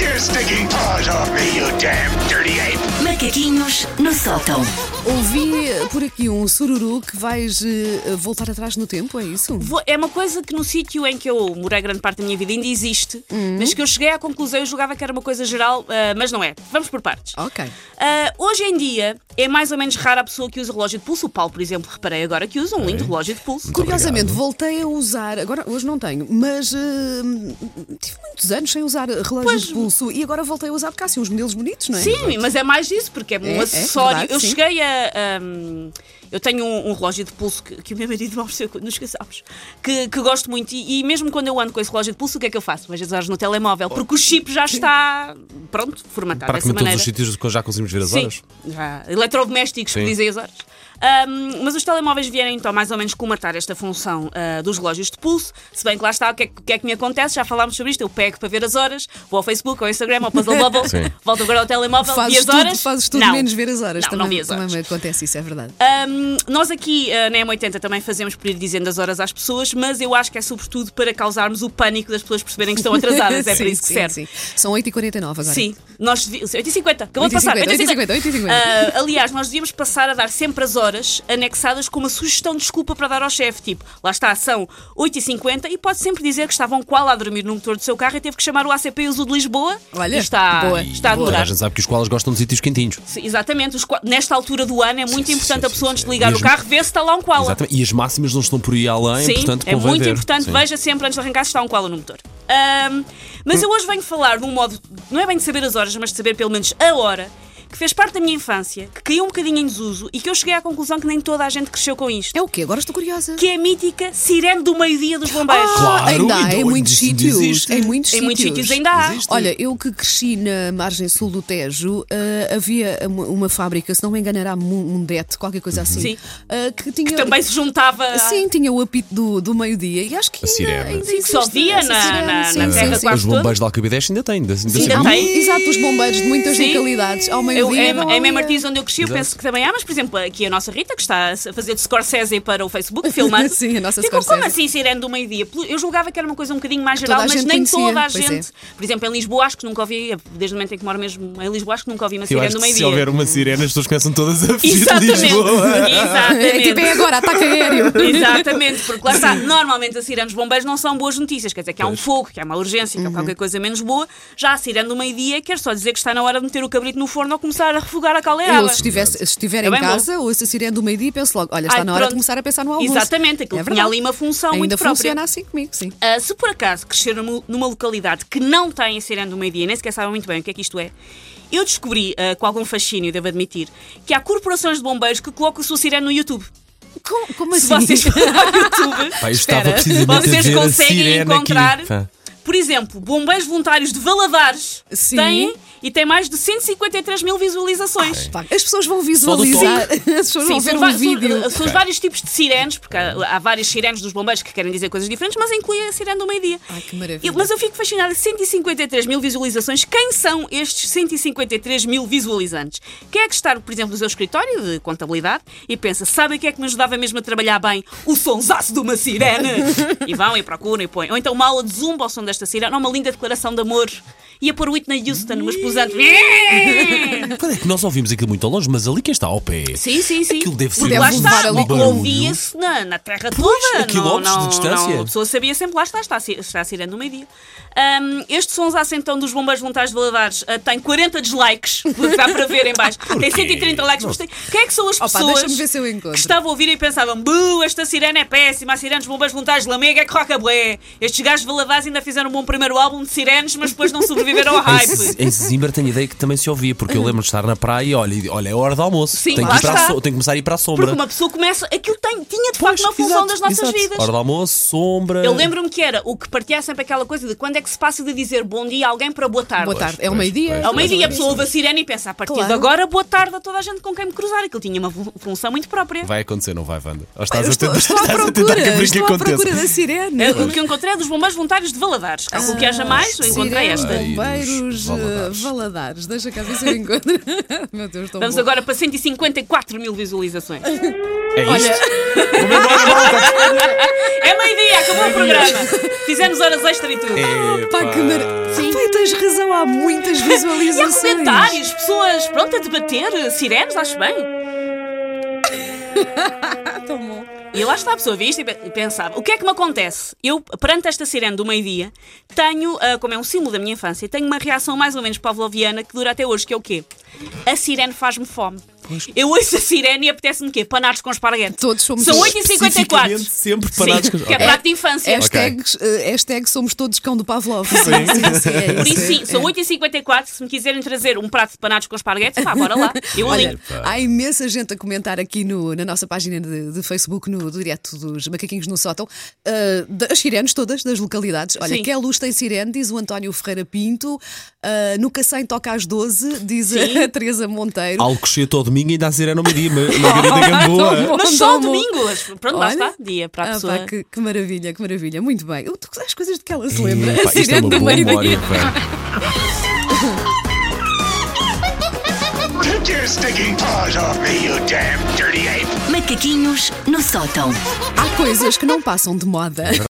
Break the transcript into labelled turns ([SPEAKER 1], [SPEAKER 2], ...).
[SPEAKER 1] your stinking paws off me, you damn dirty ape!
[SPEAKER 2] Macaquinhos no sótão.
[SPEAKER 3] Ouvi eh, por aqui um sururu que vais eh, voltar atrás no tempo, é isso?
[SPEAKER 4] Vou- É uma coisa que no sítio em que eu morei grande parte da minha vida ainda existe, mas que eu cheguei à conclusão e julgava que era uma coisa geral, ah, mas não é. Vamos por partes.
[SPEAKER 3] Ok.
[SPEAKER 4] Ah, hoje em dia é mais ou menos rara a pessoa que usa relógio de pulso. O Paulo, por exemplo, reparei agora que usa um lindo relógio de pulso.
[SPEAKER 3] Curiosamente, voltei a usar, agora hoje não tenho, mas eh, tive muitos anos sem usar relógio de pulso e agora voltei a usar porque há assim uns modelos bonitos, não é?
[SPEAKER 4] Sim, mas é mais disso, porque é
[SPEAKER 3] É, é
[SPEAKER 4] um acessório.
[SPEAKER 3] verdade,
[SPEAKER 4] eu
[SPEAKER 3] sim.
[SPEAKER 4] cheguei a. um, eu tenho um, um relógio de pulso que, que o meu marido me ofereceu quando nos casámos, que, que gosto muito. E, e mesmo quando eu ando com esse relógio de pulso, o que é que eu faço? Mas horas no telemóvel, porque o chip já está, pronto, formatado
[SPEAKER 5] Para
[SPEAKER 4] dessa
[SPEAKER 5] comer todos
[SPEAKER 4] maneira.
[SPEAKER 5] os sítios que já conseguimos ver as
[SPEAKER 4] Sim,
[SPEAKER 5] horas.
[SPEAKER 4] já. Eletrodomésticos, que
[SPEAKER 5] Sim.
[SPEAKER 4] dizem as horas. Ahm, mas os telemóveis vieram então mais ou menos comatar esta função ah, dos relógios de pulso. Se bem que lá está, o que, é, que- o que é que me acontece? Já falámos sobre isto. Eu pego para ver as horas, vou ao Facebook, ao Instagram, ao Puzzle Bubble,
[SPEAKER 5] Sim.
[SPEAKER 4] volto agora ao telemóvel e
[SPEAKER 3] Fazes
[SPEAKER 4] as
[SPEAKER 3] tudo,
[SPEAKER 4] horas.
[SPEAKER 3] fazes tudo
[SPEAKER 4] não.
[SPEAKER 3] menos ver as horas.
[SPEAKER 4] Não,
[SPEAKER 3] também,
[SPEAKER 4] não vi as
[SPEAKER 3] também
[SPEAKER 4] horas.
[SPEAKER 3] me acontece isso, é verdade.
[SPEAKER 4] Ahm, nós aqui ah, na M80 também fazemos por ir dizendo as horas às pessoas, mas eu acho que é sobretudo para causarmos o pânico das pessoas perceberem que estão atrasadas. É
[SPEAKER 3] sim,
[SPEAKER 4] para isso que
[SPEAKER 3] sim,
[SPEAKER 4] serve.
[SPEAKER 3] sim. São 8h49 agora.
[SPEAKER 4] Sim, nós devíamos. 8h50, acabou de passar.
[SPEAKER 3] 8h50, 8h50.
[SPEAKER 4] Ah, aliás, nós devíamos passar a dar sempre as horas anexadas com uma sugestão de desculpa para dar ao chefe. Tipo, lá está, são 8h50 e pode sempre dizer que estavam qual a dormir no motor do seu carro e teve que chamar o ACP e o Zoo de Lisboa.
[SPEAKER 3] Olha,
[SPEAKER 4] e está,
[SPEAKER 3] boa,
[SPEAKER 4] está a
[SPEAKER 5] Toda
[SPEAKER 4] demorar.
[SPEAKER 5] A gente sabe que os colas gostam de sítios quentinhos.
[SPEAKER 4] Sim, Exatamente, os qua- nesta altura do ano é muito
[SPEAKER 5] sim,
[SPEAKER 4] importante
[SPEAKER 5] sim,
[SPEAKER 4] a pessoa
[SPEAKER 5] sim,
[SPEAKER 4] antes de
[SPEAKER 5] sim.
[SPEAKER 4] ligar
[SPEAKER 5] E
[SPEAKER 4] o
[SPEAKER 5] as-
[SPEAKER 4] carro ver se está lá um koala.
[SPEAKER 5] Exatamente. E as máximas não estão por aí além,
[SPEAKER 4] Sim,
[SPEAKER 5] portanto
[SPEAKER 4] é
[SPEAKER 5] convém
[SPEAKER 4] muito
[SPEAKER 5] ver.
[SPEAKER 4] importante.
[SPEAKER 5] Sim.
[SPEAKER 4] Veja sempre antes de arrancar se está um koala no motor. Ahm, mas eu hoje venho falar de um modo, não é bem de saber as horas, mas de saber pelo menos a hora, que fez parte da minha infância, que caiu um bocadinho em desuso e que eu cheguei à conclusão que nem toda a gente cresceu com isto.
[SPEAKER 3] É o quê? Agora estou curiosa.
[SPEAKER 4] Que é a mítica sirene do meio-dia dos bombeiros.
[SPEAKER 5] Claro,
[SPEAKER 3] ainda
[SPEAKER 5] então
[SPEAKER 3] há, em
[SPEAKER 5] isso
[SPEAKER 3] muitos sítios.
[SPEAKER 5] existe.
[SPEAKER 3] Em muitos
[SPEAKER 4] Em muitos sítios ainda há. Existe.
[SPEAKER 3] Olha, eu que cresci na margem sul do Tejo, ah, havia uma, uma fábrica, se não me enganar, era Mu- Mundete, qualquer coisa assim,
[SPEAKER 4] Sim.
[SPEAKER 3] ah, que tinha.
[SPEAKER 4] Também se juntava. à-
[SPEAKER 3] Sim, tinha o apito do, do meio-dia e acho que ainda,
[SPEAKER 5] sirene.
[SPEAKER 3] ainda
[SPEAKER 4] Sim, que só
[SPEAKER 3] existe
[SPEAKER 4] via
[SPEAKER 3] essa
[SPEAKER 4] na-
[SPEAKER 3] sirene,
[SPEAKER 4] na-
[SPEAKER 3] sim,
[SPEAKER 4] na
[SPEAKER 3] sim,
[SPEAKER 4] terra
[SPEAKER 3] sim.
[SPEAKER 4] quase
[SPEAKER 5] Os bombeiros da Alcabidex ainda têm. Ainda,
[SPEAKER 4] Ainda
[SPEAKER 5] ainda
[SPEAKER 3] Há
[SPEAKER 5] sempre-
[SPEAKER 4] tem.
[SPEAKER 3] mu- Exato, os bombeiros de muitas
[SPEAKER 4] Sim.
[SPEAKER 3] localidades. Ao
[SPEAKER 4] Eu,
[SPEAKER 3] meio-dia.
[SPEAKER 4] é,
[SPEAKER 3] não
[SPEAKER 4] é em
[SPEAKER 3] havia.
[SPEAKER 4] Martins onde eu cresci, eu
[SPEAKER 5] Exato.
[SPEAKER 4] penso que também há, mas por exemplo, aqui a nossa Rita, que está a fazer de Scorsese para o Facebook, filmando.
[SPEAKER 3] Sim, a nossa
[SPEAKER 4] ficou,
[SPEAKER 3] Scorsese.
[SPEAKER 4] como assim sirene do meio-dia? Pelo- Eu julgava que era uma coisa um bocadinho mais
[SPEAKER 3] toda
[SPEAKER 4] geral,
[SPEAKER 3] a
[SPEAKER 4] mas
[SPEAKER 3] gente
[SPEAKER 4] nem
[SPEAKER 3] conhecia,
[SPEAKER 4] toda a
[SPEAKER 3] pois é.
[SPEAKER 4] gente. Por exemplo, em Lisboa, acho que nunca ouvi, desde o momento em que moro mesmo em Lisboa, acho que nunca ouvi uma
[SPEAKER 5] Eu
[SPEAKER 4] sirene
[SPEAKER 5] acho
[SPEAKER 4] do
[SPEAKER 5] que se
[SPEAKER 4] meio-dia.
[SPEAKER 5] houver uma sirene, as pessoas começam todas a fugir de
[SPEAKER 4] Exatamente,
[SPEAKER 5] Lisboa.
[SPEAKER 3] É tipo, é
[SPEAKER 4] exatamente.
[SPEAKER 3] agora, ataque aéreo.
[SPEAKER 4] Exatamente, porque lá está, normalmente a sirene dos bombeiros não são boas notícias, quer dizer que há um fogo, que há uma urgência, que
[SPEAKER 3] Uhum.
[SPEAKER 4] há qualquer coisa menos boa. Já a sirene do meio-dia quer só dizer que está na hora de meter o cabrito no forno ou começar a refogar a
[SPEAKER 3] Eu,
[SPEAKER 4] caldeirada.
[SPEAKER 3] se estivesse- se estiver
[SPEAKER 4] É
[SPEAKER 3] em
[SPEAKER 4] bem bom.
[SPEAKER 3] casa, ouço a sirene do meio-dia e penso logo: olha, está
[SPEAKER 4] Ai,
[SPEAKER 3] na hora de
[SPEAKER 4] pronto.
[SPEAKER 3] começar a pensar no almoço.
[SPEAKER 4] Exatamente, aquilo
[SPEAKER 3] É
[SPEAKER 4] tinha
[SPEAKER 3] verdade.
[SPEAKER 4] ali uma função
[SPEAKER 3] Ainda
[SPEAKER 4] muito própria.
[SPEAKER 3] funciona assim comigo, sim.
[SPEAKER 4] Ah, se por acaso crescer numa, numa localidade que não tem a sirene do meio-dia, nem sequer sabem muito bem o que é que isto é, eu descobri, ah, com algum fascínio, devo admitir, que há corporações de bombeiros que colocam a sua sirene no YouTube.
[SPEAKER 3] Como, como
[SPEAKER 4] Se vocês forem ao YouTube,
[SPEAKER 5] Pá, eu estava
[SPEAKER 3] Espera.
[SPEAKER 5] precisamente a
[SPEAKER 4] vocês
[SPEAKER 5] ver a
[SPEAKER 4] conseguem
[SPEAKER 5] sirene
[SPEAKER 4] encontrar,
[SPEAKER 5] aqui. Pá.
[SPEAKER 4] por exemplo, bombeiros voluntários de Valadares
[SPEAKER 3] Sim.
[SPEAKER 4] têm e têm mais de 153 mil visualizações.
[SPEAKER 3] Pá, As pessoas vão visualizar, as pessoas vão ver
[SPEAKER 4] são,
[SPEAKER 3] um
[SPEAKER 4] va- são- eh,
[SPEAKER 3] vídeo.
[SPEAKER 4] são os vários tipos de sirenes, porque há, há vários sirenes dos bombeiros que querem dizer coisas diferentes, mas inclui a sirene do meio-dia.
[SPEAKER 3] Ai, que maravilha.
[SPEAKER 4] Eu- mas eu fico fascinada, 153 mil visualizações. Quem são estes 153 mil visualizantes? Quem é que está, por exemplo, no seu escritório de contabilidade e pensa, sabe o que é que me ajudava mesmo a trabalhar bem? O sonsaço de uma sirene! e vão e procuram e põem. Ou então uma aula de zumba ao som desta sirene, ou uma linda declaração de amor. Ia pôr Whitney Houston, mas pusante.
[SPEAKER 5] Quando é que nós ouvimos aquilo muito ao longe, mas ali quem está ao pé.
[SPEAKER 4] Sim, sim, sim.
[SPEAKER 5] Aquilo deve
[SPEAKER 4] Porque
[SPEAKER 5] ser
[SPEAKER 4] lá
[SPEAKER 3] um
[SPEAKER 4] está,
[SPEAKER 3] barulho.
[SPEAKER 4] ouvia-se na, na terra toda.
[SPEAKER 5] a quilómetros de distância.
[SPEAKER 4] não, a pessoa sabia sempre, lá está, está, a si- está a sirene no meio-dia. Ahm, este sonsaço então dos bombeiros voluntários de Valadares ah, tem 40 dislikes, porque dá para ver em baixo. tem 130 likes. mas tem- Quem é que são as
[SPEAKER 3] Opa,
[SPEAKER 4] pessoas
[SPEAKER 3] deixa-me ver se eu encontro.
[SPEAKER 4] que estavam a ouvir e pensavam "Bu, esta sirene é péssima, a sirene dos bombeiros voluntários de Lamega é que roca bué. Estes gajos de Valadares ainda fizeram um bom primeiro álbum de sirenes, mas depois não sobreviveram ao
[SPEAKER 5] Em,
[SPEAKER 4] hype.
[SPEAKER 5] Z- em Zimbra tenho ideia que também se ouvia, porque eu lembro de estar na praia e olha, e- olha é hora do almoço.
[SPEAKER 4] Uhum. Sim,
[SPEAKER 5] tenho,
[SPEAKER 4] lá
[SPEAKER 5] que ir para a
[SPEAKER 4] está.
[SPEAKER 5] so- tenho que começar a ir para a sombra.
[SPEAKER 4] Porque uma pessoa começa. Aquilo tem, tinha de
[SPEAKER 5] Pois,
[SPEAKER 4] facto uma função
[SPEAKER 5] exato,
[SPEAKER 4] das nossas
[SPEAKER 5] exato.
[SPEAKER 4] vidas.
[SPEAKER 5] Hora do almoço, sombra.
[SPEAKER 4] Eu lembro-me que era o que partia sempre aquela coisa de quando é que se passa de dizer bom dia a alguém para boa tarde.
[SPEAKER 3] Boa tarde, é ao meio-dia.
[SPEAKER 4] Ao meio-dia a pessoa ouve a sirene e pensa, a partir
[SPEAKER 3] Claro.
[SPEAKER 4] de agora, boa tarde a toda a gente com quem me cruzar. Aquilo tinha uma fu- função muito própria.
[SPEAKER 5] Vai acontecer, não vai, Wanda? Ou
[SPEAKER 3] Eu
[SPEAKER 5] estás
[SPEAKER 3] estou,
[SPEAKER 5] a tentar,
[SPEAKER 3] estou à
[SPEAKER 5] estás a tentar que a
[SPEAKER 3] procura,
[SPEAKER 5] briga
[SPEAKER 3] estou à
[SPEAKER 5] aconteça.
[SPEAKER 3] procura da
[SPEAKER 4] É,
[SPEAKER 3] sirene.
[SPEAKER 4] O que eu encontrei é dos bombeiros voluntários de Valadares. Calculo que haja mais, eu encontrei
[SPEAKER 3] Ah, Sirene, Ah,
[SPEAKER 4] esta.
[SPEAKER 5] Ai,
[SPEAKER 3] Bombeiros,
[SPEAKER 5] Valadares.
[SPEAKER 3] eh, Valadares, deixa cá ver se eu encontro. Meu Deus, estou
[SPEAKER 4] Vamos
[SPEAKER 3] boa.
[SPEAKER 4] agora para 154 mil visualizações.
[SPEAKER 5] É isto?
[SPEAKER 4] É meio-dia, acabou o programa. Fizemos horas extra e
[SPEAKER 5] É.
[SPEAKER 4] tudo.
[SPEAKER 3] Pá, que mar... Pai, tens razão, há muitas
[SPEAKER 4] E há
[SPEAKER 3] visualizações.
[SPEAKER 4] comentários, pessoas pronto a debater, eh, sirenes, acho bem.
[SPEAKER 3] Tão bom.
[SPEAKER 4] E lá está a pessoa, viste? E pe- e pensava, o que é que me acontece? Eu, perante esta sirene do meio-dia, tenho, ah, como é um símbolo da minha infância, tenho uma reação mais ou menos pavloviana que dura até hoje, que é o quê? A sirene faz-me fome. Eu ouço a sirene e apetece-me o quê? Panados com esparguete.
[SPEAKER 3] Todos somos
[SPEAKER 4] São
[SPEAKER 5] Especificamente
[SPEAKER 4] 8h54.
[SPEAKER 5] sempre panados com-
[SPEAKER 4] Sim, que é
[SPEAKER 5] Ok.
[SPEAKER 4] prato de infância.
[SPEAKER 3] Hashtags, eh, hashtag somos todos cão do Pavlov. Sim, sim, sim, é
[SPEAKER 4] Por
[SPEAKER 3] isso,
[SPEAKER 4] isso,
[SPEAKER 3] é-
[SPEAKER 4] sim, são
[SPEAKER 3] é.
[SPEAKER 4] 8h54. Se me quiserem trazer um prato de panados com esparguete, pá, bora lá. Eu
[SPEAKER 3] Olha,
[SPEAKER 4] alinho.
[SPEAKER 3] há imensa gente a comentar aqui no- na nossa página de, de Facebook, no direto dos Macaquinhos no Sótão, ah, das sirenes todas, das localidades. Olha,
[SPEAKER 4] Sim.
[SPEAKER 3] que luz tem sirene, diz o António Ferreira Pinto, ah, no Cacém toca às 12, diz a Teresa Monteiro.
[SPEAKER 5] Alcochê todo domingo e ainda a dizer era no meio-dia. Ma-
[SPEAKER 3] Oh,
[SPEAKER 5] Margarida Gamboa.
[SPEAKER 3] bom.
[SPEAKER 4] Mas só
[SPEAKER 3] Bom, bom.
[SPEAKER 4] domingo. Pronto, lá
[SPEAKER 3] Olha.
[SPEAKER 4] está. Dia para a
[SPEAKER 3] Ah,
[SPEAKER 4] pessoa.
[SPEAKER 3] pá, que, que maravilha, que maravilha. Muito bem. Eu- tu- As coisas de que ela se lembra.
[SPEAKER 5] Epá, Isto é
[SPEAKER 3] Sirene
[SPEAKER 5] uma
[SPEAKER 3] do
[SPEAKER 5] boa
[SPEAKER 3] meio-dia.
[SPEAKER 5] memória. pá.
[SPEAKER 1] Take your stinking paws off me, you damn dirty ape!
[SPEAKER 2] Macaquinhos no sótão.
[SPEAKER 4] É
[SPEAKER 3] Há coisas que não passam de moda.